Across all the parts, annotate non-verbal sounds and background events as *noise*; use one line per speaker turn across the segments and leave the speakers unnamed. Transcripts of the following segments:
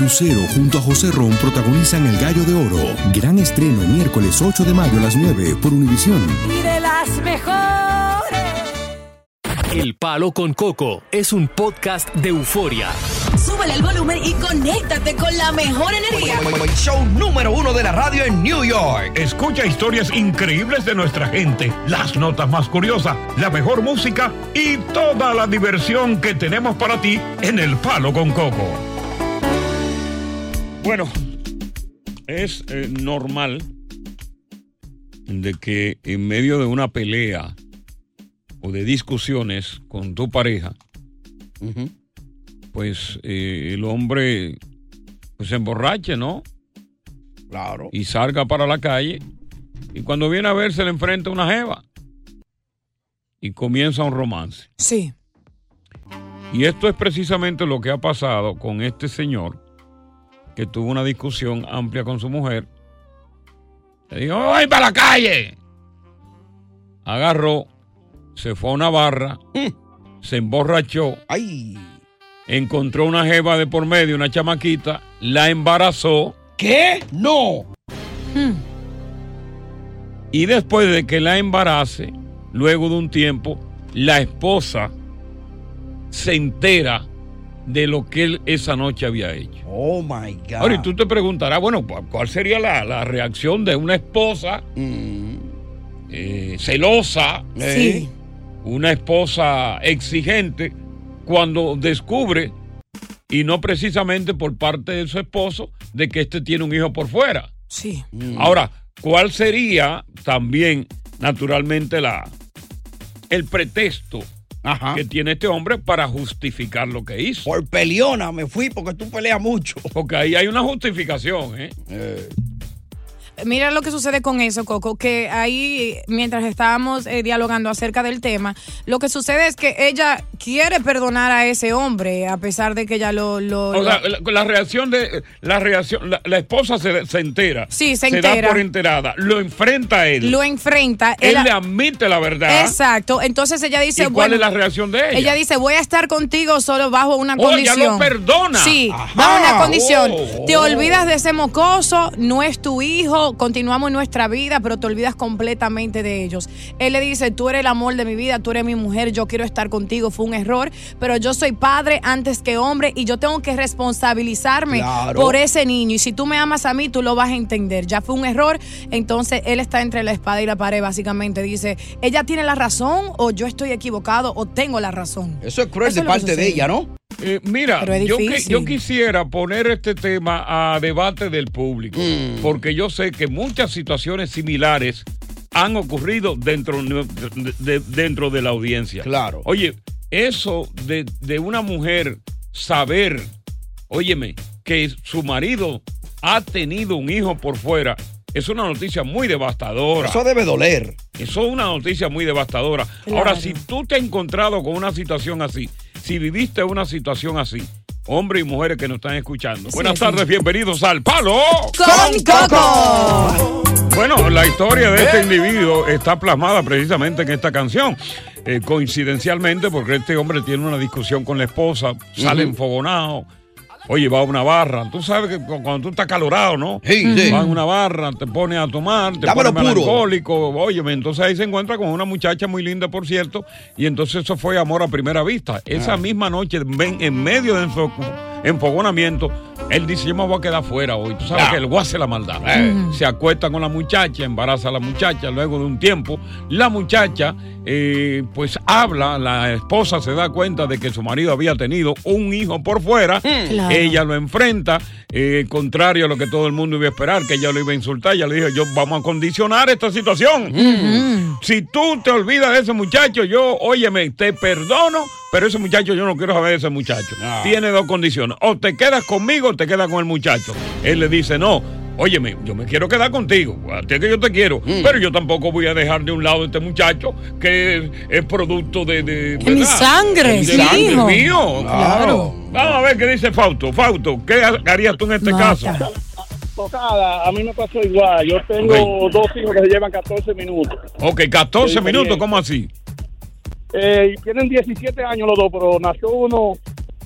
Lucero junto a José Ron protagonizan El Gallo de Oro. Gran estreno miércoles 8 de mayo a las 9 por Univisión.
Y de las mejores.
El Palo con Coco es un podcast de euforia.
Súbele el volumen y conéctate con la mejor energía.
Show número uno de la radio en New York.
Escucha historias increíbles de nuestra gente, las notas más curiosas, la mejor música y toda la diversión que tenemos para ti en El Palo con Coco. Bueno, es eh, normal de que en medio de una pelea o de discusiones con tu pareja, pues eh, el hombre pues, se emborrache, ¿no?
Claro.
Y salga para la calle. Y cuando viene a ver, se le enfrenta una jeva. Y comienza un romance.
Sí.
Y esto es precisamente lo que ha pasado con este señor que tuvo una discusión amplia con su mujer. Le dijo, "Me voy para la calle. Agarró, se fue a una barra, se emborrachó. Encontró una jeva de por medio, una chamaquita, la embarazó.
¿Qué? No.
Y después de que la embarace, luego de un tiempo, la esposa se entera de lo que él esa noche había hecho.
Oh my God.
Ahora, y tú te preguntarás, bueno, ¿cu- ¿cuál sería la, la reacción de una esposa eh, celosa,
Sí.
una esposa exigente, cuando descubre, y no precisamente por parte de su esposo, de que este tiene un hijo por fuera?
Sí.
Mm.
Ahora, ¿cuál sería también, naturalmente, la, el pretexto
Ajá.
que tiene este hombre para justificar lo que hizo?
Por peleona me fui porque tú peleas mucho.
Porque ahí hay una justificación, ¿eh?
Mira lo que sucede con eso, Coco, que ahí, mientras estábamos eh, dialogando acerca del tema, lo que sucede es que ella quiere perdonar a ese hombre, a pesar de que ella lo... lo-
O
lo-
sea, la, la reacción de la reacción, la, la esposa se, se entera.
Sí, se
da
entera.
por enterada. Lo enfrenta a él.
lo enfrenta.
él
ella-
le admite la verdad.
exacto. Entonces ella
¿Y
dice...
cuál
bueno,
es la reacción de ella?
Ella dice, voy a estar contigo solo bajo una
Oh, ya
condición.
lo perdona.
Sí,
Ajá.
bajo una condición.
Oh.
Te olvidas de ese mocoso, no es tu hijo, continuamos nuestra vida, pero te olvidas completamente de ellos. Él le dice, tú eres el amor de mi vida, tú eres mi mujer, yo quiero estar contigo, fue un error, pero yo soy padre antes que hombre y yo tengo que responsabilizarme
Claro.
por ese niño. Y si tú me amas a mí, tú lo vas a entender. Ya fue un error, entonces él está entre la espada y la pared, básicamente. Dice, ella tiene la razón o yo estoy equivocado o tengo la razón.
Eso es cruel
Eso
de
es lo que
parte de
sucede.
ella, ¿no?
Eh, mira,
Pero es
yo, que-
difícil.
yo quisiera poner este tema a debate del público,
Mm.
porque yo sé que muchas situaciones similares han ocurrido dentro de- de, dentro de la audiencia.
Claro.
Oye, eso de, de una mujer saber, óyeme, que su marido ha tenido un hijo por fuera, es una noticia muy devastadora.
Eso debe doler.
Eso es una noticia muy devastadora.
Claro.
Ahora, si tú te has encontrado con una situación así, si viviste una situación así, hombres y mujeres que nos están escuchando, buenas
sí.
tardes, bienvenidos al Palo.
Con Coco.
Bueno, la historia de
Eh.
este individuo está plasmada precisamente en esta canción. Eh, coincidencialmente, porque este hombre tiene una discusión con la esposa, sale enfogonado. Oye, va a una barra. Tú sabes que cu- cuando tú estás calorado, ¿no?
Sí, sí.
Va a una barra, te pones a tomar, te pones
Dámelo puro.
melancólico. Óyeme, entonces ahí se encuentra con una muchacha muy linda, por cierto. Y entonces eso fue amor a primera vista.
Ah.
Esa misma noche, ven- en medio de su enfogonamiento, él dice, yo me voy a quedar fuera hoy. Tú sabes
Ya. Eh.
que el guase la maldad. Se acuesta con la muchacha, embaraza a la muchacha. Luego de un tiempo, la muchacha, eh, pues habla, la esposa se da cuenta de que su marido había tenido un hijo por fuera. eh,
Claro.
Ella lo enfrenta, eh, contrario a lo que todo el mundo iba a esperar, que ella lo iba a insultar. Ella le dijo, yo vamos a condicionar esta situación. Mm. Si tú te olvidas de ese muchacho, yo, óyeme, te perdono, pero ese muchacho yo no quiero saber de ese muchacho.
Ah.
Tiene dos condiciones. O te quedas conmigo o te quedas con el muchacho. Él le dice, no. Óyeme, yo me quiero quedar contigo, a ti es que yo te quiero,
Mm.
pero yo tampoco voy a dejar de un lado a este muchacho que es, es producto de... de
mi
¿verdad?
sangre,
de
es
mi
mi
sangre,
hijo".
mío.
Claro.
Vamos a ver qué dice Fausto. Fausto, ¿qué harías tú en este
Mata.
caso?
Tocada, a mí me pasó igual. Yo tengo dos hijos que se llevan 14 minutos.
Ok, 14
Sí,
minutos,
también.
¿cómo así?
Eh, y tienen 17 años los dos, pero nació uno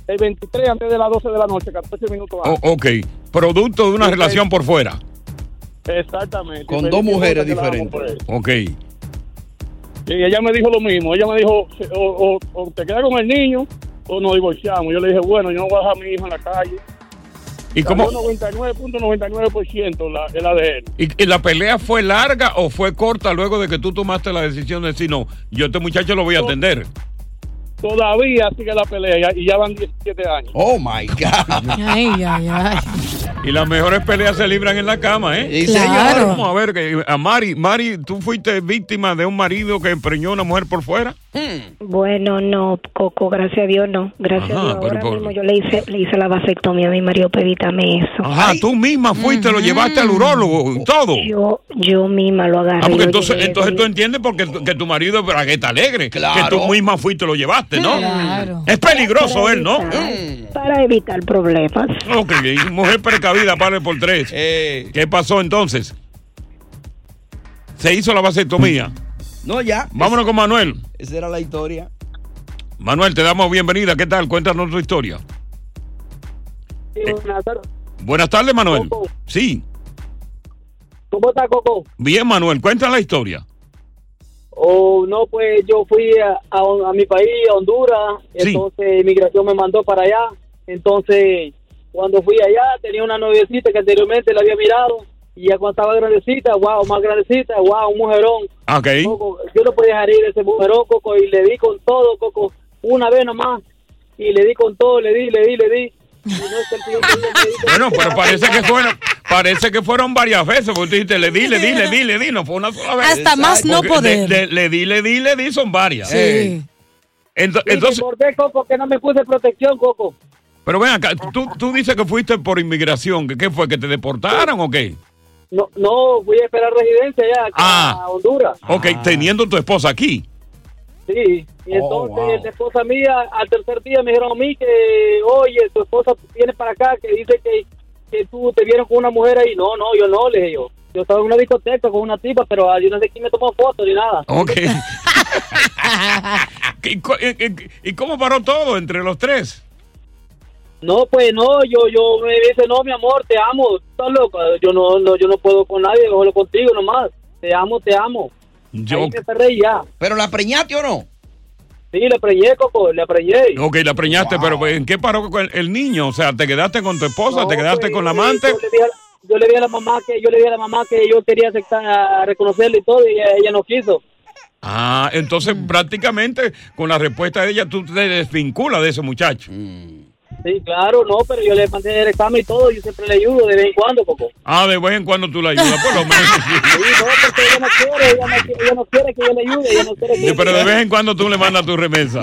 El 23 antes de las 12 de la noche, 14
Oh.
minutos
O-
antes.
ok, producto de una
Ok.
relación por fuera.
Exactamente.
Con
Feliz
dos
fiesta
mujeres
que la amo
diferentes.
por él.
Ok.
Y ella me dijo lo mismo. Ella me dijo, o, o- o te quedas con el niño o nos divorciamos. Yo le dije, bueno, yo no voy a dejar a mi hijo en la calle.
¿Y,
Como
cómo,
99.99% la, el ADN.
y, y la pelea fue larga o fue corta luego de que tú tomaste la decisión de decir, no, yo a este muchacho lo voy a atender?
Todavía sigue la pelea y ya van 17 años.
Oh my God.
Ay, ay, ay.
Y las mejores peleas se libran en la cama, ¿eh?
Sí,
Claro.
señor.
Vamos a ver, que- a Mari, Mari, ¿tú fuiste víctima de un marido que empreñó a una mujer por fuera?
Bueno, no, Coco, gracias a Dios no. Gracias
Ajá,
a Dios.
pero
Ahora
por-
mismo yo le hice, le hice la vasectomía a mi marido para evitarme eso.
Ajá, tú misma fuiste, lo llevaste al urólogo, y todo.
Yo, yo misma lo agarré.
Ah, porque
yo
entonces,
llegué,
entonces tú
doña-
entiendes porque tu- que tu marido es bragueta alegre. Que
Claro.
tú misma fuiste y lo llevaste, ¿no?
Claro.
Es peligroso
para
él, ¿no?
evitar- Para evitar problemas.
Ok, mujer precavida, vale por tres.
Eh,
¿Qué pasó entonces? Se hizo la vasectomía.
no, ya.
Vámonos con Manuel.
Esa era la historia.
Manuel, te damos bienvenida. ¿Qué tal? Cuéntanos tu historia. Buenas tardes, Manuel.
Coco.
Sí,
¿Cómo está, Coco?
bien, Manuel. Cuéntanos la historia.
Oh, no, pues yo fui a, a- a mi país, a Honduras.
Sí.
Entonces, inmigración me mandó para allá. Entonces, cuando fui allá, tenía una noviecita que anteriormente la había mirado. Y ya cuando estaba grandecita, wow, más grandecita, wow, un mujerón.
Ah, Ok.
Coco, yo no podía dejar ir ese mujerón, Coco, y le di con todo, Coco, una vez nomás, y le di con todo, le di, le di, le di. Y no es que el tío que le di con-
Bueno, pero parece que fueron, parece que fueron varias veces, porque tú dijiste, le di, le di, le di, le di, no fue una sola vez.
Hasta más no
Porque de-
poder.
de- le di, le di, le di, son varias.
Sí.
Ento-
Y
entonces,
me mordé, Coco, que no me puse protección, Coco.
pero ven acá, tú, tú dices que fuiste por inmigración, ¿qué- ¿qué fue? ¿Que te deportaron o qué?
No, no, fui a esperar residencia allá acá
Ah.
a Honduras.
Ok, teniendo tu esposa aquí.
Sí, y
Oh,
entonces
wow.
la esposa mía al tercer día me dijeron a mí que, oye, tu esposa viene para acá, que dice que, que tú te vieron con una mujer ahí. No, no, yo no, le dije yo. Yo estaba en una discoteca con una tipa, pero ah, yo no sé quién me tomó fotos ni nada.
*laughs*
Ok. ¿Y, cu- y- y- y cómo paró todo entre los tres?
No, pues no, yo, yo me dice, no, mi amor, te amo, estás loca, yo no, no, yo no puedo con nadie, solo contigo nomás, te amo, te amo. Yo.
Yo,
Ahí me cerré y ya.
¿Pero la preñaste o no?
Sí, le preñé, Coco, le preñé.
ok, la preñaste,
Wow.
pero ¿en qué paró con el, el niño? O sea, ¿te quedaste con tu esposa?
No,
¿Te quedaste
pues,
con la amante?
Yo le, dije a, la- yo le dije a la mamá que yo le dije a la mamá que yo quería aceptar, a reconocerle y todo, y ella, ella no quiso.
Ah, entonces prácticamente con la respuesta de ella tú te desvinculas de ese muchacho.
Sí, claro, no, pero yo le mandé el examen y todo, yo siempre le ayudo de vez en cuando, Coco.
Ah, de vez en cuando tú la ayudas, por lo menos.
Sí, no, porque ella no quiere, ella no, ella no quiere que yo le ayude, ella no quiere que
Sí,
yo
pero de
le-
vez en cuando tú le mandas tu remesa.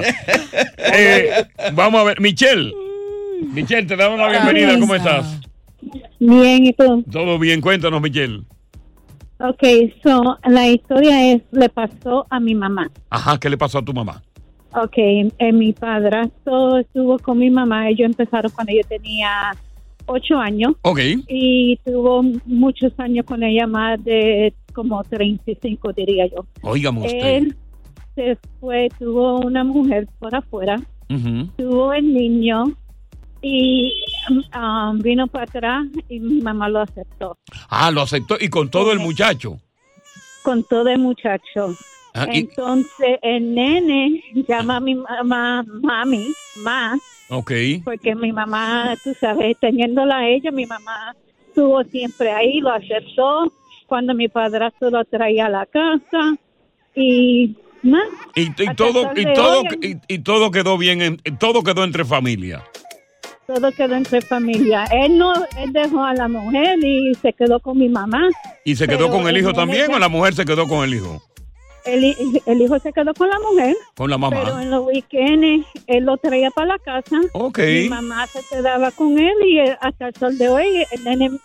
Eh, vamos a ver, Michelle. Michelle, te damos la bienvenida. ¿Cómo estás?
Bien, ¿y tú?
Todo bien, cuéntanos, Michelle.
Ok, so, la historia es, le pasó a mi mamá.
Ajá, ¿qué le pasó a tu mamá?
Ok, eh, mi padrastro estuvo con mi mamá, ellos empezaron cuando yo tenía ocho años
Ok.
y tuvo muchos años con ella, más de como 35 diría yo.
Óigame usted.
Él se fue, tuvo una mujer por afuera,
Ujú.
tuvo el niño y ah, vino para atrás y mi mamá lo aceptó
Ah, lo aceptó. Y con todo el muchacho.
con todo el muchacho.
Ah, y-
Entonces el nene llama a mi mamá mami, más,
ok.
porque mi mamá, tú sabes, teniéndola a ella, mi mamá estuvo siempre ahí, lo aceptó cuando mi padrastro lo traía a la casa y más.
Y, y
Hasta
todo,
el
y,
sol de
todo,
hoy,
y, y todo quedó bien, en- todo quedó entre familia.
Todo quedó entre familia. Él no, él dejó a la mujer y se quedó con mi mamá.
¿Y se quedó
Pero
con el hijo
en
también
realidad-
o la mujer se quedó con el hijo?
El, hi- el hijo se quedó con la mujer,
Con la mamá.
pero en los weekends él lo traía para la casa.
ok.
Mi mamá se quedaba con él y eh, hasta el sol de hoy, el nene-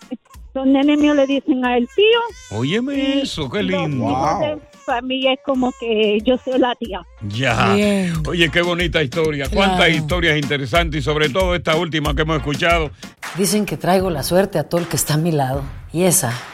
los nenes míos le dicen a él tío.
Óyeme eso, qué
Los
lindo.
hijos de familia es como que yo soy la tía.
Ya.
Bien.
Oye, qué bonita historia. Cuántas historias interesantes y sobre todo esta última que hemos escuchado.
Dicen que traigo la suerte a todo el que está a mi lado. Y esa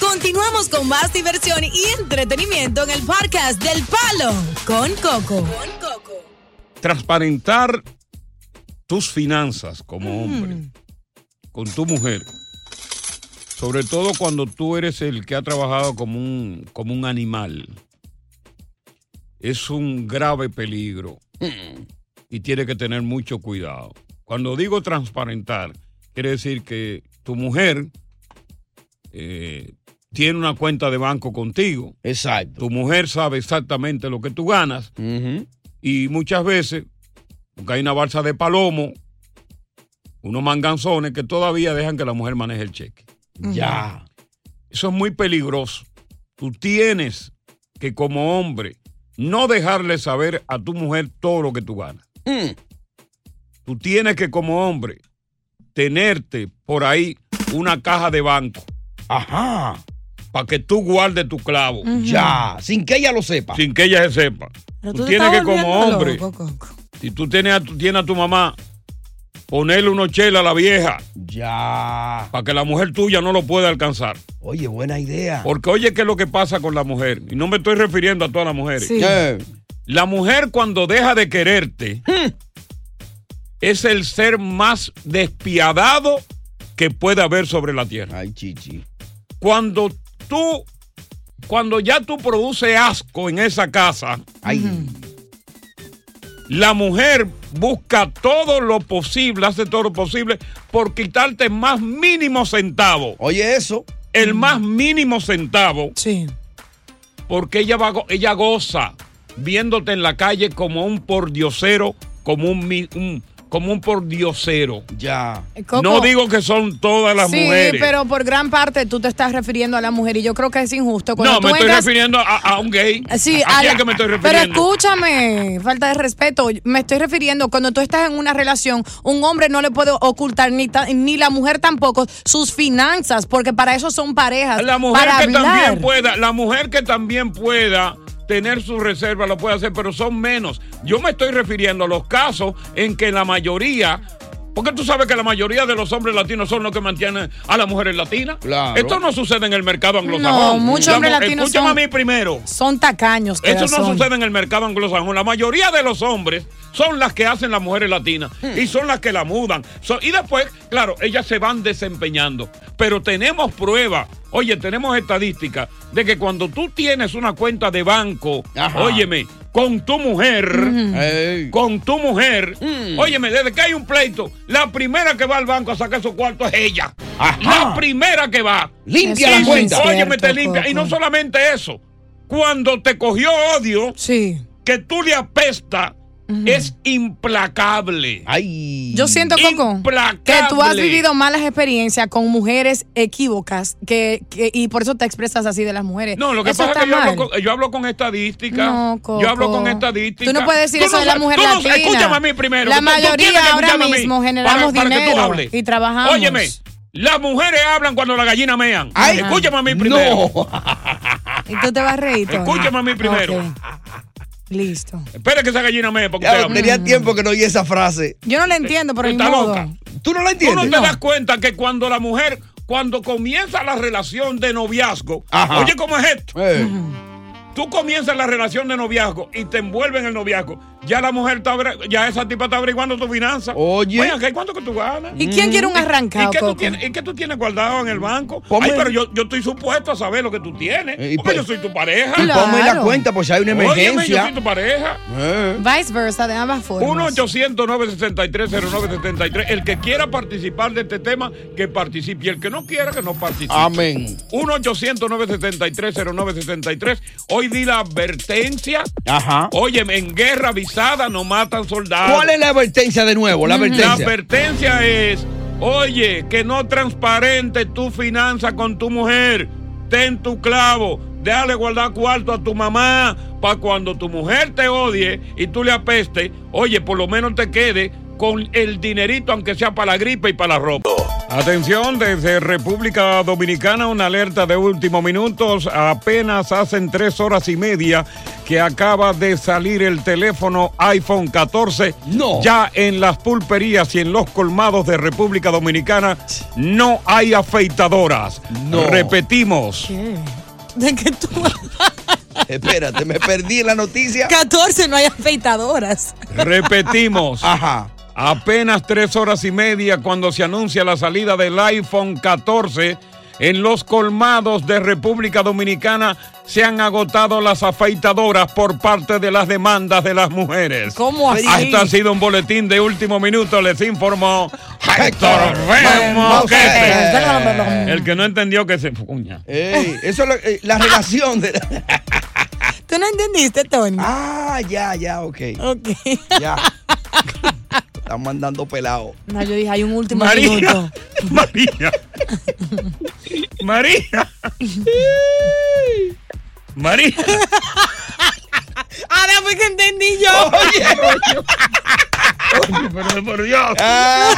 Continuamos con más diversión y entretenimiento en el podcast del Palo con Coco.
transparentar tus finanzas como
Mm.
hombre con tu mujer. Sobre todo cuando tú eres el que ha trabajado como un, como un animal. Es un grave peligro y tiene que tener mucho cuidado. Cuando digo transparentar, quiere decir que tu mujer eh, tiene una cuenta de banco contigo.
Exacto.
Tu mujer sabe exactamente lo que tú ganas y muchas veces, porque hay una balsa de palomo, unos manganzones que todavía dejan que la mujer maneje el cheque.
Ya.
Eso es muy peligroso. Tú tienes que como hombre no dejarle saber a tu mujer todo lo que tú ganas.
Mm.
Tú tienes que como hombre tenerte por ahí una caja de banco.
Ajá.
Para que tú guardes tu clavo.
Ujú. Ya, sin que ella lo sepa.
Sin que ella se sepa.
Pero
tú
te
tienes
estás
que como
volviendo
hombre,
loco, Coco.
si tú tienes a, tu- tienes a tu mamá, ponerle unos chelas a la vieja.
Ya.
Para que la mujer tuya no lo pueda alcanzar.
Oye, buena idea.
Porque oye, ¿qué es lo que pasa con la mujer? Y no me estoy refiriendo a todas las mujeres.
Sí.
Eh,
La mujer cuando deja de quererte es el ser más despiadado que puede haber sobre la tierra.
Ay, chichi.
Cuando tú, cuando ya tú produces asco en esa casa,
Ay.
la mujer busca todo lo posible, hace todo lo posible por quitarte el más mínimo centavo.
Oye, eso.
El más mínimo centavo.
Sí.
porque ella, va, go- ella goza viéndote en la calle como un pordiosero, como un, mi- un- como un pordiosero.
Ya.
Coco,
No digo que son todas las
Eh, sí,
mujeres.
pero por gran parte tú te estás refiriendo a la mujer y yo creo que es injusto. Cuando
no,
tú
me estoy
vengas-
refiriendo a, a un gay.
Sí,
¿A,
a
quién
la-
que me estoy
Pero
refiriendo?
escúchame, falta de respeto. Me estoy refiriendo cuando tú estás en una relación, un hombre no le puede ocultar ni ta- ni la mujer tampoco sus finanzas, porque para eso son parejas.
la mujer
para
que
hablar.
también pueda, la mujer que también pueda tener su reserva lo puede hacer, pero son menos. Yo me estoy refiriendo a los casos en que la mayoría porque tú sabes que la mayoría de los hombres latinos son los que mantienen a las mujeres latinas.
Claro.
Esto no sucede en el mercado anglosajón.
No, muchos
La
hombres
mu-
latinos
Escúchame
son-
a mí primero.
Son tacaños.
Eso no
corazón.
sucede en el mercado anglosajón. La mayoría de los hombres son las que hacen las mujeres latinas y son las que la mudan. So- y después, claro, ellas se van desempeñando. Pero tenemos pruebas, oye, tenemos estadísticas de que cuando tú tienes una cuenta de banco,
Ajá.
óyeme, con tu mujer,
Mm.
Eh,
Ey. Mm.
con tu mujer, óyeme, desde que hay un pleito, la primera que va al banco a sacar su cuarto es ella.
Ajá.
La primera que va.
Limpia
Eso
la
es
cuenta.
cierto,
Óyeme, te limpia. Y no
Coco.
solamente eso. Cuando te cogió odio,
Sí.
que tú le apesta, es implacable.
Ay.
Yo siento, Coco,
Implacable.
que tú has vivido malas experiencias con mujeres equívocas que, que- y por eso te expresas así de las mujeres.
No, lo que
Eso
pasa
está
es que yo
mal.
hablo, con, yo hablo con estadística.
No, Coco.
Yo hablo con estadística.
Tú no puedes decir
Tú
eso
no
de la
sabes-
mujer
tú no-
latina.
Escúchame a mí primero.
La
que tú- tú
mayoría
tienes que
ahora
escucharme a mí
mismo
para-
generamos
para que tú
dinero
hables.
y trabajamos.
Óyeme, las mujeres hablan cuando la gallina mean.
Ay.
Escúchame a mí primero.
*laughs* No.
Y tú te vas a reír. Tony.
Escúchame a mí primero.
Ok. Listo.
Espera que esa gallina mea porque usted
Ya,
hable.
tenía tiempo que no oí esa frase.
Yo no la entiendo, pero ni
Está
modo.
loca.
¿Tú no
Tú no
la entiendes?
te das cuenta que cuando la mujer, cuando comienza la relación de noviazgo,
Ajá.
oye, ¿cómo es esto?
Eh,
Tú comienzas la relación de noviazgo y te envuelven en el noviazgo. Ya la mujer está, abri- ya esa tipa está averiguando tu finanza.
Oye.
Oye, ¿qué, ¿cuánto que tú ganas?
¿Y quién quiere un arrancado,
¿Y qué, tú
Coco?
tienes, y qué tú tienes guardado en el banco?
Ponme-
Ay, pero yo, yo estoy supuesto a saber lo que tú tienes.
Eh, y
Porque
pe-
yo soy tu pareja.
Claro.
Ponme la cuenta, pues si hay una
Óyeme, yo soy
emergencia.
tu pareja.
Eh.
Viceversa, de ambas formas.
1-800-963-0973. El que quiera participar de este tema, que participe. Y el que no quiera, que no participe.
Amén.
1-800-973-0973. Hoy di la advertencia.
Ajá.
Oye, en guerra avisada no matan soldados.
¿Cuál es la advertencia de nuevo? La
Ah. La
advertencia.
advertencia es, oye, que no transparente tu finanza con tu mujer. ten tu clavo, déjale guardar cuarto a tu mamá para cuando tu mujer te odie y tú le apeste, oye, por lo menos te quede con el dinerito, aunque sea para la gripe y para la ropa. Atención, desde República Dominicana, una alerta de último minutos. Apenas hacen tres horas y media que acaba de salir el teléfono iPhone 14. No. Ya en las pulperías y en los colmados de República Dominicana no hay afeitadoras.
No.
Repetimos.
¿De qué tú?
Espérate, me perdí en la noticia.
14 no hay afeitadoras.
Repetimos. *laughs* Ajá. Apenas tres horas y media cuando se anuncia la salida del iPhone 14 en los colmados de República Dominicana se han agotado las afeitadoras por parte de las demandas de las mujeres.
¿Cómo así?
Hasta ha sido un boletín de último minuto, les informó Héctor Eh. Ben Moquete. El que no entendió que se puña.
Ey, eso es lo- eh, la relación de la-
*laughs* ¿Tú no entendiste, Tony?
Ah, ya, ya, ok.
Ok.
Ya. Están mandando pelado.
No, yo dije, hay un último
María. *laughs*
minuto.
María. María. María.
Ahora fue que Ah, entendí yo.
Oye, pero por Dios.
Ah.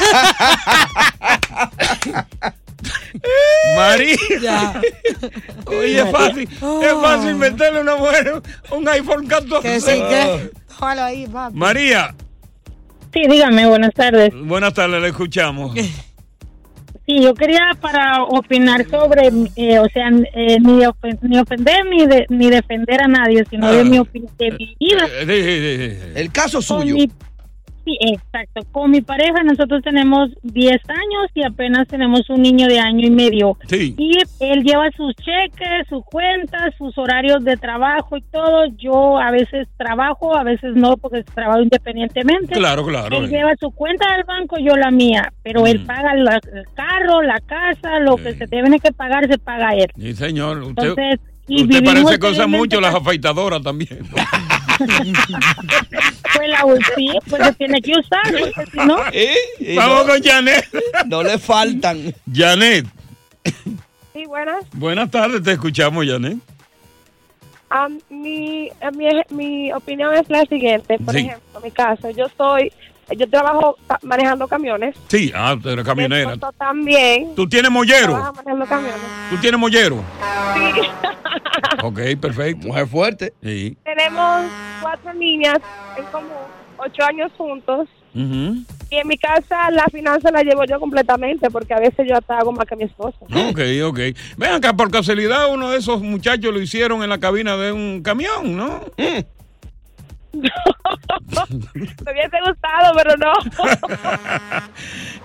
María.
Ya.
*laughs* Oye, es fácil. Es fácil meterle a una mujer un iPhone 14.
Que sí, que. Déjalo ahí, papi.
María.
Sí, dígame, buenas tardes.
Buenas tardes, le escuchamos.
Sí, yo quería para opinar sobre, eh, o sea, eh, ni, ofen- ni ofender ni, de- ni defender a nadie, sino
Ah.
de mi opinión, de mi vida.
El caso
Con
suyo.
mi- sí, exacto. Con mi pareja nosotros tenemos 10 años y apenas tenemos un niño de año y medio.
Sí.
Y él lleva sus cheques, sus cuentas, sus horarios de trabajo y todo. Yo a veces trabajo, a veces no, porque trabajo independientemente.
Claro, claro. Mm.
Él lleva su cuenta al banco, yo la mía, pero él paga la- el carro, la casa, lo que se deben que pagar, se paga él.
Sí, señor. Usted,
Entonces, y
usted
vivimos
parece que usa
felizmente
mucho las afeitadoras también.
Pues la sí, pues se tiene que usar, porque si Pues,
*laughs*
no...
Vamos con Janet.
Eh, No le faltan.
Janet,
Sí, buenas.
buenas tardes, te escuchamos, Janet.
Am, mi, eh, mi, ej- mi opinión es la siguiente. Por
Sí.
ejemplo, en mi caso, yo soy, yo trabajo pa- manejando camiones.
Sí, ah, tú eres camionera.
Yo también.
¿Tú tienes mollero?
Trabajo manejando camiones.
¿Tú tienes mollero?
Sí.
Ok, perfecto.
Mujer fuerte.
Sí.
Tenemos cuatro niñas en común, ocho años juntos.
Ujú.
Y en mi casa la finanza la llevo yo completamente porque a veces yo hasta hago más que mi esposo.
Ah, Ok, ok. Ven acá, por casualidad uno de esos muchachos lo hicieron en la cabina de un camión, ¿no?
Me hubiese gustado, pero no.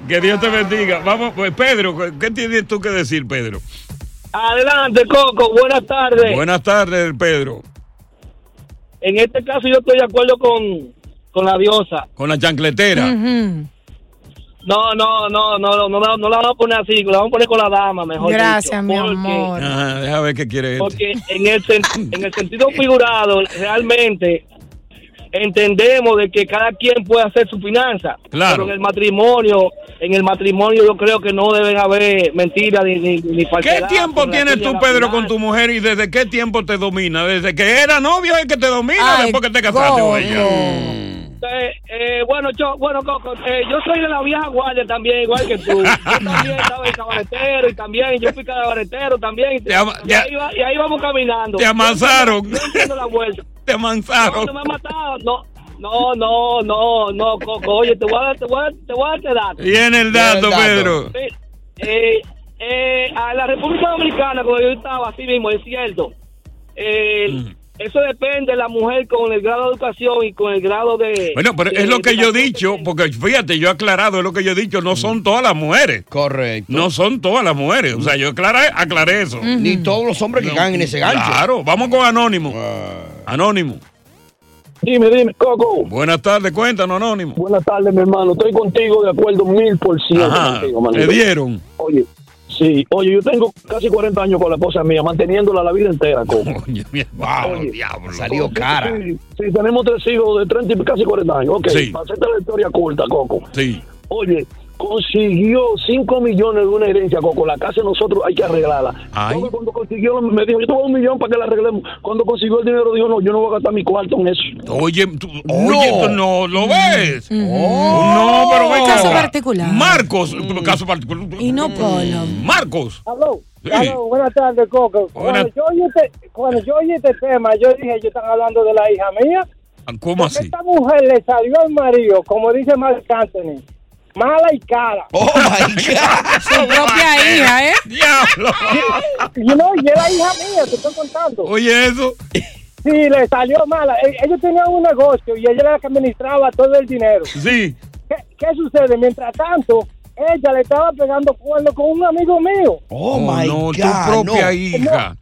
Que Dios te bendiga. Vamos, pues Pedro, ¿qué tienes tú que decir, Pedro?
Adelante, Coco. Buenas tardes.
Buenas tardes, Pedro.
En este caso yo estoy de acuerdo con, con la diosa.
Con la chancletera.
No, no, no, no, no, no, no la vamos a poner así, la vamos a poner con la dama, mejor dicho. Porque-
Ajá, deja ver qué quiere este.
Porque en el, sen- en el sentido figurado, realmente entendemos de que cada quien puede hacer su finanza.
Claro.
Pero en el matrimonio, en el matrimonio yo creo que no deben haber mentiras ni, ni, ni
¿Qué
falsedad
tiempo
con
tienes
relación
tú,
a la
Pedro,
finanza.
con tu mujer y desde qué tiempo te domina? ¿Desde que era novio es que te domina
Ay,
después que te casaste con ella?
Eh, eh, bueno, yo, bueno, Coco, eh, yo soy de la vieja guardia también, igual que tú. Yo también estaba en cabaretero y también yo fui cabaretero también. Y,
ama-
y ahí, va- y ahí vamos caminando.
Te amasaron.
No entiendo la vuelta.
*laughs* Te
No,
amansaron.
no me ha matado. No, no, no, no, no, Coco. Oye, te voy a dar, te voy a dar, te voy a dar este dato.
Viene el dato,
Viene el
Pedro.
Sí. Eh, eh, a la República Dominicana, cuando yo estaba así mismo, es cierto. Eh, Eso depende de la mujer con el grado de educación y con el grado de...
Bueno, pero
de-
es lo que
de-
yo he dicho, porque fíjate, yo he aclarado, es lo que yo he dicho, no son todas las mujeres.
Correcto.
No son todas las mujeres. O sea, yo aclaré, aclaré eso.
Ni todos los hombres que caen en ese gancho. Ah.
Claro, vamos con Anónimo. Anónimo.
Dime, dime, Coco.
Buenas tardes, cuéntanos, Anónimo.
Buenas tardes, mi hermano. Estoy contigo de acuerdo mil por ciento.
Ajá,
contigo, manito.
te dieron.
Oye, sí. Oye, yo tengo casi 40 años con la esposa mía, manteniéndola la vida entera, Coco.
*laughs* Wow, diablo.
Salió cara.
Sí, sí, tenemos tres hijos de 30 y casi 40 años. Ok,
Sí.
para hacerte la historia corta, Coco.
Sí.
Oye, consiguió 5 millones de una herencia, Coco. La casa de nosotros hay que arreglarla. Coco, Cuando consiguió, me dijo, yo te voy a dar un millón para que la arreglemos. Cuando consiguió el dinero, dijo, no, yo no voy a gastar mi cuarto en eso.
Oye, tú, oye, tú no lo
Mm.
ves. No, pero ven
Caso
acá.
particular. Mm.
Marcos, caso particular.
Y no Polo.
Marcos.
Aló.
Sí.
Aló, buenas tardes, Coco. Cuando,
Buenas.
yo oí este, cuando yo oí este tema, yo dije, yo están hablando de la hija mía.
*laughs* ¿Cómo
Porque
*laughs*
así? *laughs*
Esta mujer le salió al marido, como dice Marc Anthony, mala y cara.
Oh, my God.
Su propia hija, ¿eh?
Diablo.
Y no, y era hija mía, te estoy contando.
Oye, eso.
Sí, le salió mala. E- Ellos tenían un negocio y ella era la que administraba todo el dinero.
Sí.
¿Qué, qué sucede? Mientras tanto, ella le estaba pegando cuerno con un amigo mío.
Oh, my
no,
God,
tu propia
no.
hija.
Eh,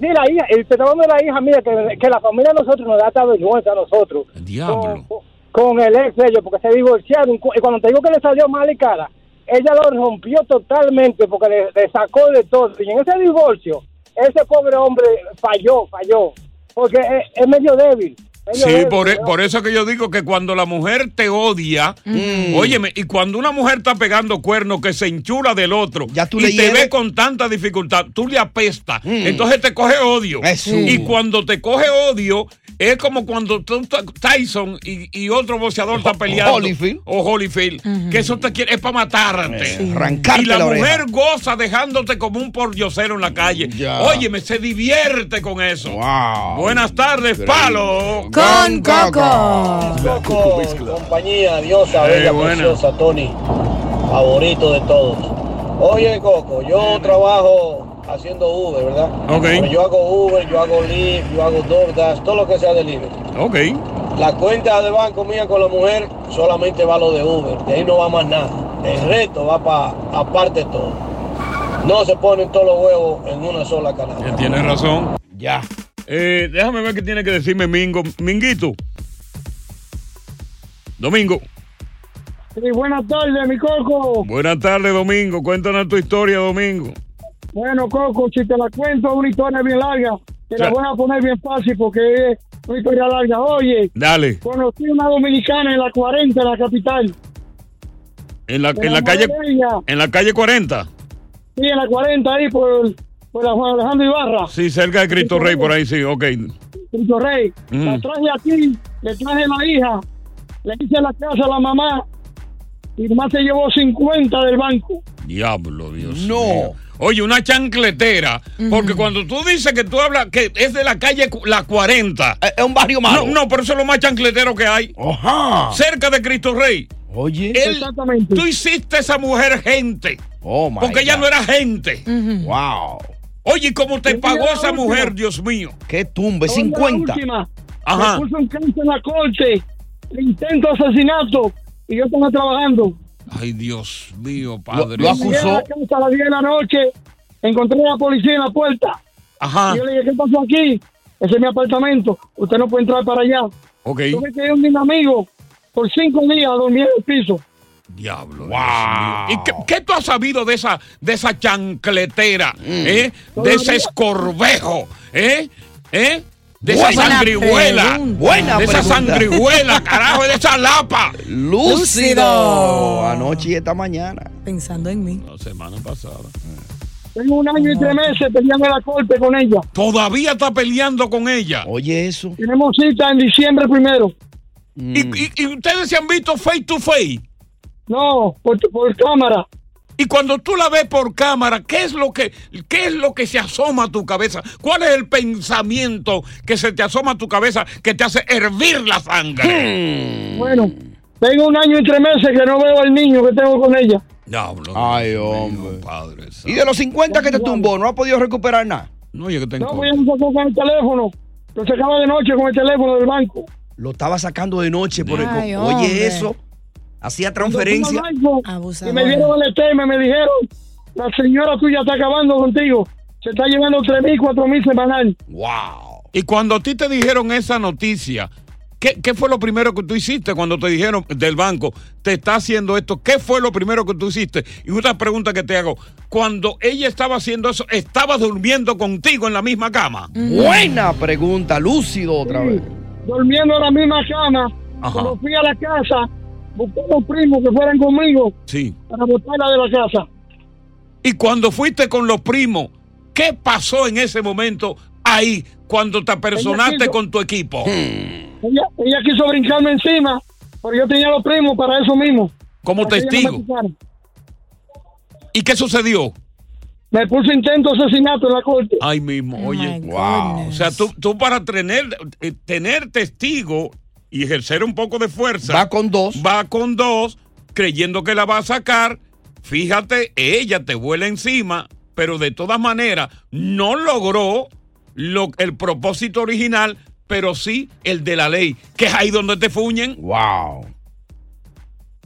Sí, la hija, el perdón de la hija mía, que, que la familia de nosotros nos da esta vergüenza a nosotros.
Diablo.
Con el ex de ellos, porque se divorciaron. Cu- Y cuando te digo que le salió mal y cara, ella lo rompió totalmente porque le, le sacó de todo. Y en ese divorcio, ese pobre hombre falló, falló. Porque es, es medio débil. medio
Sí,
débil,
por, e-
¿no?
por eso que yo digo que cuando la mujer te odia,
Mm.
óyeme, y cuando una mujer está pegando cuernos que se enchula del otro
tú le
y te
hieres. Mm.
ve con tanta dificultad, tú le apestas, entonces te coge odio. Y cuando te coge odio, es como cuando tú ta- Tyson y, y otro boxeador están peleando.
Holyfield.
O Holyfield. Que eso te quiere, es para matarte.
arrancarte
y la,
la oreja.
mujer goza dejándote como un pordiosero en la calle. Óyeme, se divierte con eso. Buenas tardes, palo.
Con Coco.
Coco.
compañía diosa,
Eh,
bella,
buena.
preciosa, Tony, favorito de todos. Oye, Coco, yo trabajo haciendo Uber, ¿verdad?
Ok.
Pero yo hago Uber, yo hago Lyft, yo hago DoorDash, todo lo que sea delivery.
Ok.
La cuenta de banco mía con la mujer solamente va lo de Uber, de ahí no va más nada. El resto va para aparte de todo. No se ponen todos los huevos en una sola canasta.
Tienes razón. Ya. Eh, déjame ver qué tiene que decirme Mingo. Minguito. Domingo.
Sí, buenas tardes, mi Coco.
Buenas tardes, Domingo. Cuéntanos tu historia, Domingo.
Bueno, Coco, si te la cuento, una historia bien larga. Te la
Ya.
voy a poner bien fácil porque es una historia larga. Oye,
Dale.
conocí una dominicana en la 40, en la capital.
En la,
Me
en la calle
enamoré de ella.
en la calle 40.
Sí, en la 40, ahí por, por la Juan Alejandro Ibarra,
Sí, cerca de Cristo Rey, por ahí sí. Ok.
Cristo Rey.
Mm.
La traje aquí, le traje la hija, le hice la casa a la mamá y más se llevó 50 del banco.
Diablo, Dios. No. Oye, una chancletera. Porque cuando tú dices que tú hablas que es de la calle cu- la 40.
Eh, Es un barrio malo.
No, no, pero eso es lo más chancletero que hay.
Ajá.
Cerca de Cristo Rey.
Oye.
Él, tú hiciste a esa mujer gente.
Oh, my
porque ella no era gente.
Wow.
Oye, ¿y ¿cómo te
Yo fui
pagó
la
esa
última.
mujer, Dios mío?
Qué tumbe,
Fue la última.
Ajá.
Me puso un cáncer en la corte, intento asesinato y yo estaba trabajando.
Ay, Dios mío, padre.
Llegué A la casa a las 10 de la noche, encontré a la policía en la puerta.
Ajá.
Y yo le dije, ¿qué pasó aquí? Ese es mi apartamento, usted no puede entrar para allá.
Ok.
Tuve que ir donde un amigo por cinco días a dormir en el piso.
Diablo. Wow. ¿Y qué, qué tú has sabido de esa, de esa chancletera?
Mm.
¿eh? De
Todavía-
ese escorvejo. ¿Eh? ¿Eh? De esa
Buena
sangrihuela.
pregunta. Buena
De esa
pregunta. *laughs*
sangrihuela, carajo, de esa lapa.
Lúcido. Anoche y esta mañana.
Pensando en mí.
La semana pasada.
Tengo un año y tres meses peleando la golpe con ella.
Todavía está peleando con ella.
Oye, eso.
Tenemos cita en diciembre primero.
¿Y, y- y ustedes se han visto face to face?
No, por, por cámara.
Y cuando tú la ves por cámara, ¿qué es lo que qué es lo que se asoma a tu cabeza? ¿Cuál es el pensamiento que se te asoma a tu cabeza que te hace hervir la
Hmm.
sangre?
Bueno, tengo un año y tres meses que no veo al niño que tengo con ella.
Diablo.
Ay, hombre. y de los 50 que te tumbó, no ha podido recuperar nada.
No, yo que
No, pues ella me sacó con el teléfono. Lo sacaba de noche con el teléfono del banco.
Lo estaba sacando de noche por el. co-
Ay,
Oye,
hombre.
eso. Hacía
Cuando
transferencia. Ah,
fui al banco, Y me dieron el tema, me dijeron, la señora tuya está acabando contigo. Se está llevando 3 mil, 4 mil semanal.
Wow. Y cuando a ti te dijeron esa noticia, ¿qué, qué fue lo primero que tú hiciste cuando te dijeron del banco, te está haciendo esto? ¿Qué fue lo primero que tú hiciste? Y una pregunta que te hago, cuando ella estaba haciendo eso, ¿estaba durmiendo contigo en la misma cama?
Mm.
Mm.
Buena pregunta, lúcido otra vez.
Durmiendo en la misma cama.
Ajá.
Cuando fui a la casa, busqué unos primos que fueran conmigo
Sí.
para botarla de la casa.
Y cuando fuiste con los primos, ¿qué pasó en ese momento ahí cuando te apersonaste
quiso-
con tu equipo?
Ella, ella quiso brincarme encima, pero yo tenía los primos para eso mismo.
Como
Para que ella no
testigo.
me pisara.
¿Y qué sucedió?
Me puso intento de asesinato en la corte.
Ahí mismo, oye. Wow. O sea, tú, tú para tener, eh, tener testigo y ejercer un poco de fuerza. Va
con dos.
Va con dos, creyendo que la va a sacar. Fíjate, ella te vuela encima, pero de todas maneras no logró lo- el propósito original, pero sí el de la ley, que es ahí donde te fuñen.
Wow.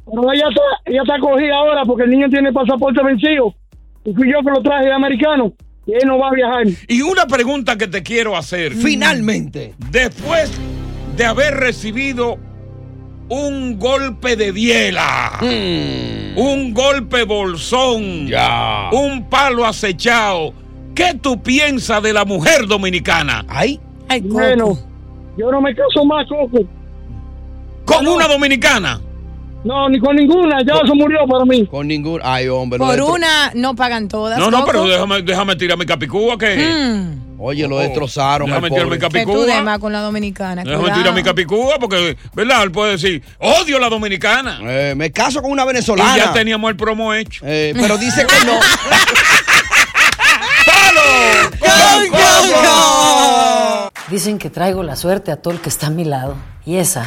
Pero ella está, ella está cogida ahora porque el niño tiene pasaporte vencido. Y fui yo que lo traje de americano. Y él no va a viajar.
Y una pregunta que te quiero hacer.
Mm. Finalmente.
Después de haber recibido un golpe de biela,
Mm.
un golpe bolsón, un palo acechado, ¿qué tú piensas de la mujer dominicana?
Ay,
Bueno, yo no me caso más, Coco.
¿Con una dominicana?
No, ni con ninguna. Ya eso murió para mí.
Con ningún. Ay, hombre. lo
Por
destro-
una no pagan todas.
No, no,
Coco.
pero déjame, déjame tirar mi capicúa que...
Mm.
Oye, lo destrozaron.
Déjame
al
tirar mi
pobre.
Que tú de
capicúa.
más con la dominicana.
Déjame
cuidado.
tirar mi capicúa porque, ¿verdad? Él puede decir, odio a la dominicana.
Eh, me caso con una venezolana.
Y ya teníamos el promo hecho.
Eh, pero dice que
*laughs*
*laughs*
no.
Dicen que traigo la suerte a todo el que está a mi lado. Y esa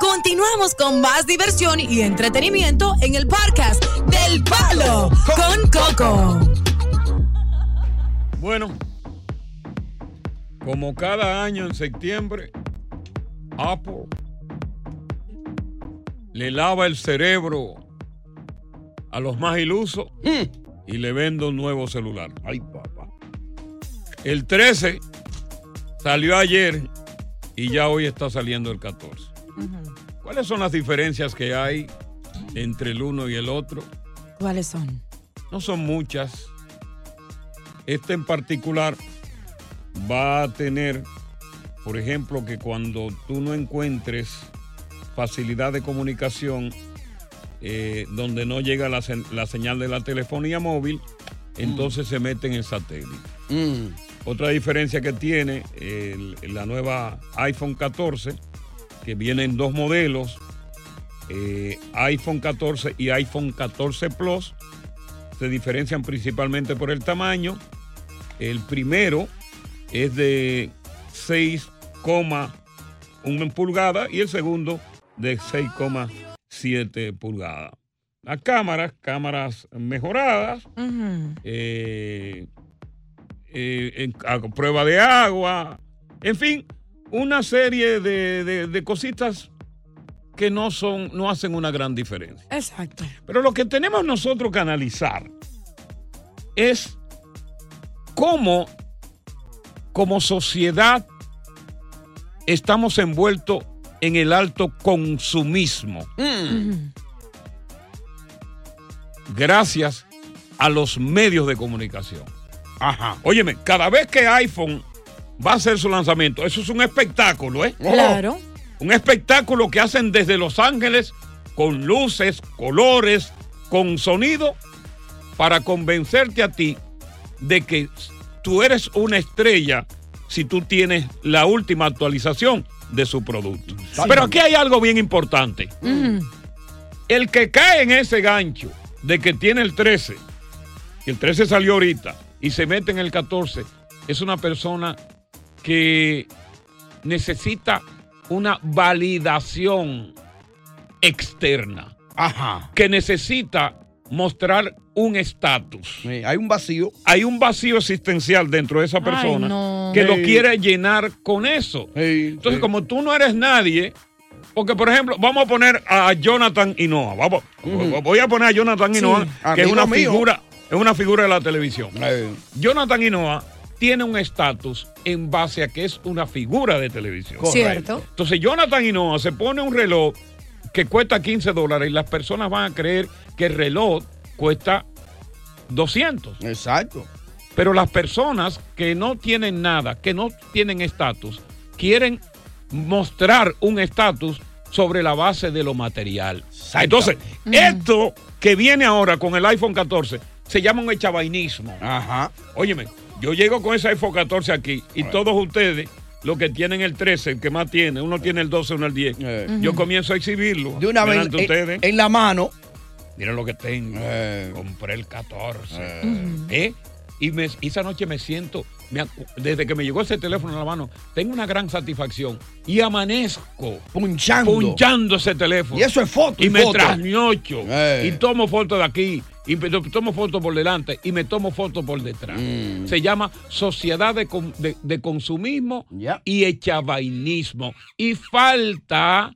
Continuamos con más diversión y entretenimiento en el podcast del Palo con Coco.
Bueno, como cada año en septiembre, Apple le lava el cerebro a los más ilusos
Mm.
y le vende un nuevo celular. Ay, papá. El 13 salió ayer y ya hoy está saliendo el 14. ¿Cuáles son las diferencias que hay entre el uno y el otro?
¿Cuáles son?
No son muchas. Este en particular va a tener, por ejemplo, que cuando tú no encuentres facilidad de comunicación eh, donde no llega la, sen- la señal de la telefonía móvil, entonces se meten en satélite. Otra diferencia que tiene el- la nueva iPhone 14, que vienen dos modelos, eh, iPhone 14 y iPhone 14 Plus, se diferencian principalmente por el tamaño. El primero es de 6,1 pulgadas y el segundo de 6,7 pulgadas. Las cámaras, cámaras mejoradas, eh, eh, en- a prueba de agua, en fin, una serie de, de- de cositas que no son, no hacen una gran diferencia.
Exacto.
Pero lo que tenemos nosotros que analizar es cómo, como sociedad, estamos envueltos en el alto consumismo. gracias a los medios de comunicación. Ajá. Óyeme, cada vez que iPhone va a hacer su lanzamiento, eso es un espectáculo, ¿eh?
Claro.
Un espectáculo que hacen desde Los Ángeles con luces, colores, con sonido, para convencerte a ti de que tú eres una estrella si tú tienes la última actualización de su producto. Pero aquí hay algo bien importante. El que cae en ese gancho de que tiene el 13, y el 13 salió ahorita, y se mete en el 14, es una persona que necesita una validación externa. Ajá. Que necesita mostrar un estatus.
hay un vacío.
Hay un vacío existencial dentro de esa persona que lo
Sí.
quiere llenar con eso. Entonces, como tú no eres nadie, Porque, por ejemplo, vamos a poner a Jonathan Hinoa. Vamos, Voy a poner a Jonathan
Sí.
Hinoa, que es
Amigo
una
mío.
figura, es una figura de la televisión. Jonathan Hinoa tiene un estatus en base a que es una figura de televisión.
Cierto.
Entonces, Jonathan Hinoa se pone un reloj que cuesta 15 dólares y las personas van a creer que el reloj cuesta 200. Exacto. Pero las personas que no tienen nada, que no tienen estatus, quieren mostrar un estatus sobre la base de lo material. Entonces, esto que viene ahora con el iPhone 14 se llama un echabainismo. Ajá. Óyeme, yo llego con ese iPhone 14 aquí y todos ustedes, los que tienen el 13, el que más tiene, uno tiene el 12, uno el 10, yo
Ujú.
comienzo a exhibirlo
Eh. De una vez eh,
delante de ustedes.
en, en la mano.
Miren lo que tengo. Compré el 14.
Ujú.
¿Eh? Y, me- y esa noche me siento, me acu- desde que me llegó ese teléfono en la mano, tengo una gran satisfacción. Y amanezco. Punchando. Punchando ese teléfono.
Y eso es foto
Y
y
me
foto. Eh.
trasnocho. Y tomo fotos de aquí. Y me to- tomo fotos por delante. Y me tomo fotos por detrás.
Mm.
Se llama sociedad de, con- de- de consumismo y echabainismo. Y falta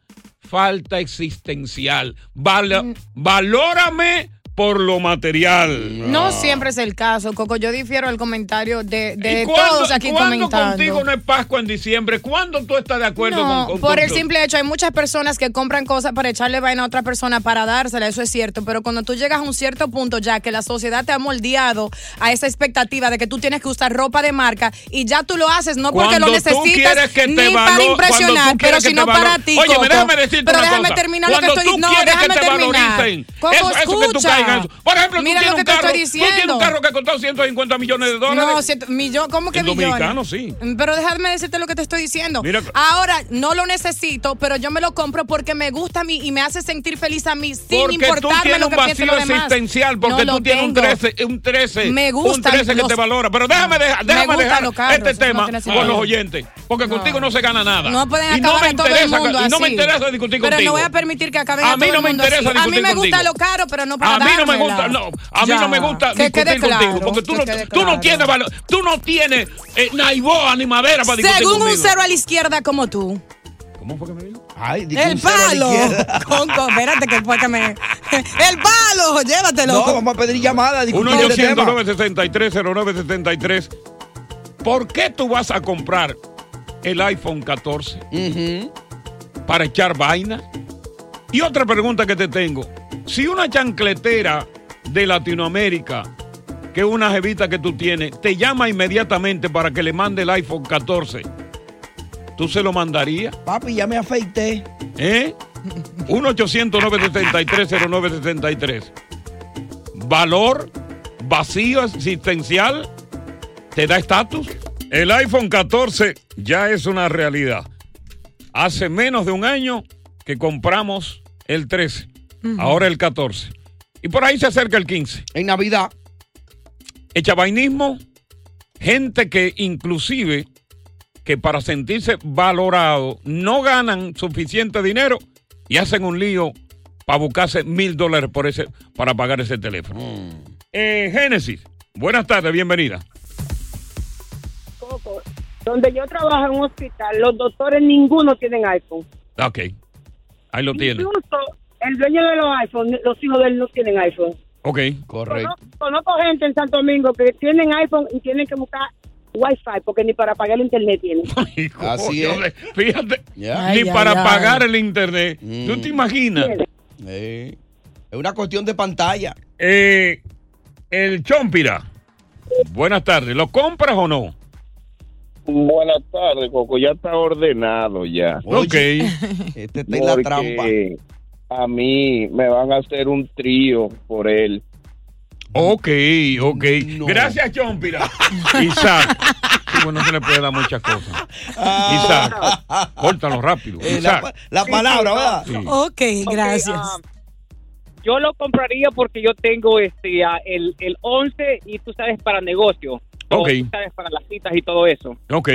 falta existencial. Val-
Mm.
valórame por lo material.
Ah.
No siempre es el caso, Coco. Yo difiero el comentario de, de
¿Y cuándo-
todos aquí
cuándo
comentando.
contigo no es Pascua en diciembre? ¿Cuándo tú estás de acuerdo
No,
con, con-
por
con-
el simple hecho, hay muchas personas que compran cosas para echarle vaina a otra persona para dársela, eso es cierto, pero cuando tú llegas a un cierto punto ya que la sociedad te ha moldeado a esa expectativa de que tú tienes que usar ropa de marca y ya tú lo haces no porque lo
Cuando tú
necesitas
quieres que te
ni
valo-
para
cuando
impresionar,
tú quieres
pero
que
sino
te valo-
para ti.
Óyeme,
Coco.
déjame decirte
pero
una
déjame
cosa.
terminar lo que
Cuando
estoy
tú
no,
quieres que
déjame
te
terminar.
valoricen,
Coco,
eso- eso que tú
escucha.
caigas en- Por ejemplo, tú
Mira
tienes
lo que
un
te
carro-
estoy diciendo.
Tú tienes un carro que costó 150 millones de dólares.
No, siento- millo- ¿cómo que
El
millones?
dominicano, sí.
Pero déjame decirte lo que te estoy diciendo.
Mira-
Ahora no lo necesito, pero yo me lo compro porque me gusta a mí y me hace sentir feliz a mí, sin
porque tú
importarme
tienes
lo
un
que piensen
vacío
los demás.
existencial, porque
No
tú
lo
tienes un
tengo.
13, un 13,
Me gustan
un 13 que
los-
te valora. Pero déjame dejar,
Me
déjame
gustan
dejar
los carros,
este
eso no
tema
tiene sentido.
con los oyentes, porque contigo no se gana nada.
No pueden
Y no
acabar
me
a todo el
interesa
mundo
ca-
así.
y no me interesa discutir
Pero no
contigo.
voy a permitir que acaben
A
a,
mí
todo
no
el
me
mundo así.
interesa
A mí
discutir
me gusta
contigo.
lo caro, pero no para
A mí no me
dármela.
gusta, no, a mí
Ya.
no me gusta
Que
discutir
quede
contigo,
claro,
porque tú
que
no,
quede
tú no tienes valor, tú no tienes eh, naiboa ni madera para discutir
Según un
conmigo.
cero a la izquierda como tú.
¿Cómo fue que me dijo?
Ay, di-
El
un cero a la
palo.
izquierda.
Conco, espérate que fue que me. *laughs* El palo, llévatelo.
No, vamos a pedir llamada.
1
discutir este tema.
800 0973 ¿Por qué tú vas a comprar el iPhone 14 para echar vaina? Y otra pregunta que te tengo. Si una chancletera de Latinoamérica, que es una jevita que tú tienes, te llama inmediatamente para que le mande el iPhone 14, ¿tú se lo mandarías?
Papi, ya me afeité.
¿Eh? 1-800-973-0973. Valor, vacío existencial, te da estatus. El iPhone 14 ya es una realidad. Hace menos de un año que compramos el 13,
Ujú.
ahora el 14. Y por ahí se acerca el 15.
En Navidad.
Echabainismo, gente que inclusive que para sentirse valorado no ganan suficiente dinero y hacen un lío para buscarse mil dólares por ese, para pagar ese teléfono.
Mm.
Eh, Génesis, buenas tardes, bienvenida.
Coco, donde yo trabajo en un hospital, los doctores ninguno tienen iPhone.
Ok, ahí lo tiene.
Incluso el dueño de los iPhone, los hijos de él no tienen iPhone.
Ok.
Conozco, conozco gente en Santo Domingo que tienen iPhone y tienen que buscar Wi-Fi porque ni para pagar el internet
*laughs*
tienen.
Así
Coño,
es.
Fíjate,
Ya.
ni
Ay, ay,
para
ay.
pagar el internet. ¿Tú te imaginas?
Eh, es una cuestión de pantalla.
Eh, el Chompira. Buenas tardes. ¿Lo compras o no?
Buenas tardes, Coco. Ya está ordenado ya.
Ok. *laughs*
Este está en la
Porque
trampa.
A mí me van a hacer un trío por él.
Ok, ok. Gracias,
*laughs*
Chompira. Isaac. Sí, bueno, no se le puede dar muchas cosas. Isaac. Córtalo rápido. Isaac.
Ah. Eh, La palabra, ¿verdad?
Sí.
Ok, gracias.
yo lo compraría porque yo tengo este ah, el, el 11 y tú sabes para negocio. O
Ok.
tú sabes para las citas y todo eso.
Ok.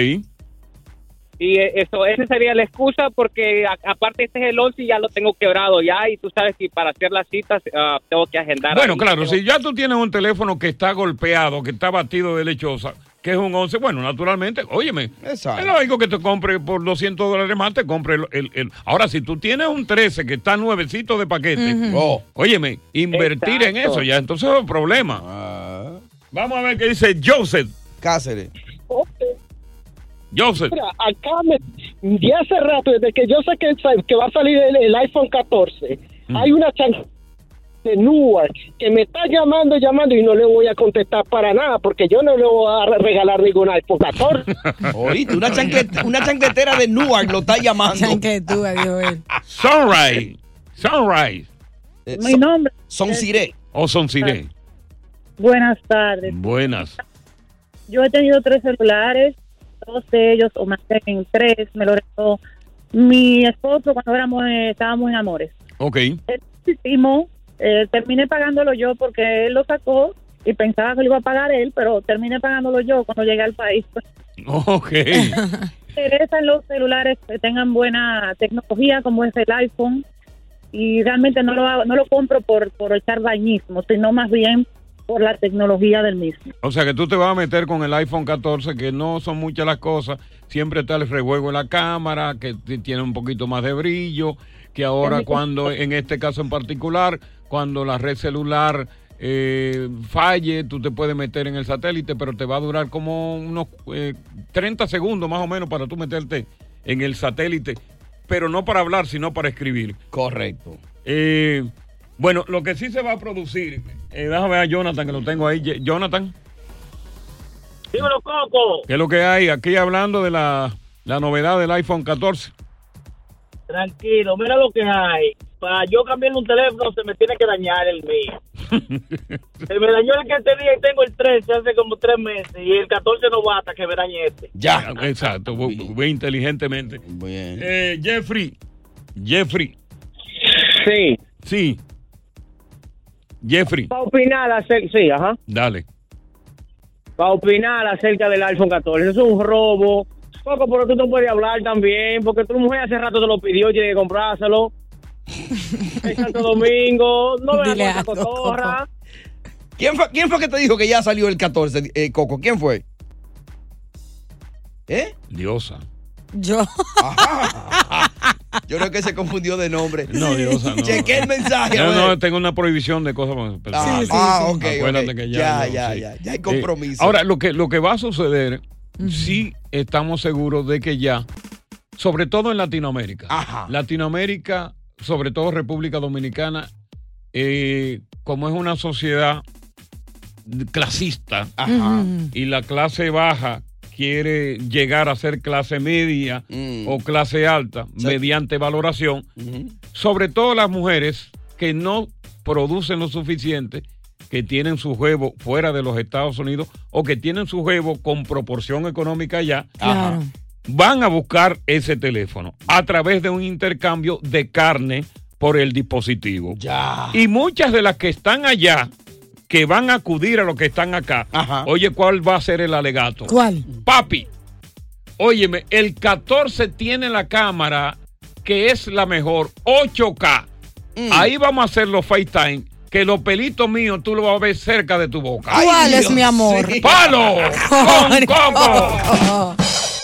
Y eh, eso, esa sería la excusa porque a- aparte este es el 11 y ya lo tengo quebrado ya y tú sabes que para hacer las citas ah, tengo que agendar.
Bueno,
ahí.
claro,
Tengo-
si ya tú tienes un teléfono que está golpeado, que está batido de lechosa, que es un 11, bueno, naturalmente, óyeme, es lógico que te compre por 200 dólares más, te compre el, el- el- Ahora, si tú tienes un 13 que está nuevecito de paquete,
Ujú.
oh, óyeme, invertir en
Exacto. Ah.
eso ya, entonces es un problema. Vamos a ver qué dice Joseph. Cáceres. Joseph.
Mira, acá me, de hace rato, desde que yo sé que, que va a salir el, el iPhone 14,
Mm.
hay una chanca de Newark que me está llamando, llamando y no le voy a contestar para nada porque yo no le voy a re- regalar ningún iPhone 14.
Oíste, una, chanquet- una chancletera de Newark lo está llamando.
Chanquetuda, dijo él.
Sunrise. Sunrise.
Mi nombre.
Eh,
Ah.
Son Siré.
O Oh, Son Siré.
Buenas
Mm.
tardes.
Buenas.
Yo he tenido tres celulares, dos de ellos o más en tres, me lo regaló mi esposo cuando éramos eh, estábamos en amores.
Ok.
Él último, eh, terminé pagándolo yo porque él lo sacó y pensaba que lo iba a pagar él, pero terminé pagándolo yo cuando llegué al país. Pues,
Ok.
Me interesan los celulares que tengan buena tecnología como es el iPhone y realmente no lo hago- no lo compro por por echar bañismo, sino más bien por la tecnología del mismo.
O sea que tú te vas a meter con el iPhone 14, que no son muchas las cosas. Siempre está el rejuego en la cámara, que t- tiene un poquito más de brillo, que ahora cuando, en este caso en particular, cuando la red celular eh, falle, tú te puedes meter en el satélite, pero te va a durar como unos eh, 30 segundos más o menos para tú meterte en el satélite, pero no para hablar, sino para escribir. Correcto. bueno, lo que sí se va a producir, eh, déjame ver a Jonathan, que lo tengo ahí. Ye- Jonathan.
*laughs* Dímelo, Coco.
¿Qué es lo que hay aquí hablando de la, la novedad del iPhone 14?
Tranquilo, mira lo que hay. Para yo cambiarle un teléfono se me tiene que dañar el mío. se me dañó el que tenía y tengo el 13 hace como tres meses y el 14 no va hasta que me dañe este.
Ya. Exacto, voy, voy inteligentemente. Eh, Jeffrey, Jeffrey. Sí. Sí. Jeffrey,
Para opinar acerca, sí, ajá.
dale.
Para opinar acerca del iPhone 14, es un robo. Coco, pero tú no puedes hablar también, porque tu mujer hace rato te lo pidió y tiene que comprárselo. en Santo Domingo, no me
Dile
la
algo,
cotorra.
¿Quién fue, ¿Quién fue que te dijo que ya salió el 14, eh, Coco? ¿Quién fue? ¿Eh?
Diosa.
Yo.
Yo creo que se confundió de nombre.
No, Diosa, no.
Chequé el mensaje. a
No,
ver.
no, tengo una prohibición de cosas personales.
sí, Ah, sí. ok,
Acuérdate
ok.
que ya.
Ya,
no,
ya,
sí.
ya, ya hay compromiso.
ahora, lo que, lo que va a suceder, sí estamos seguros de que ya, sobre todo en Latinoamérica, Latinoamérica, sobre todo República Dominicana, eh, como es una sociedad clasista
Ajá.
y la clase baja quiere llegar a ser clase media
Mm.
o clase alta mediante valoración, sobre todo las mujeres que no producen lo suficiente, que tienen su huevo fuera de los Estados Unidos o que tienen su huevo con proporción económica allá,
Claro.
van a buscar ese teléfono a través de un intercambio de carne por el dispositivo. Y muchas de las que están allá, que van a acudir a los que están acá, oye, ¿cuál va a ser el alegato?
¿Cuál?
Papi, óyeme, el 14 tiene la cámara que es la mejor, 8K.
Mm.
Ahí vamos a hacer los FaceTime, que los pelitos míos tú los vas a ver cerca de tu boca.
¿Cuál es, mi amor?
¡Palo!
*laughs*
¡Con Coco!
Oh.
*laughs*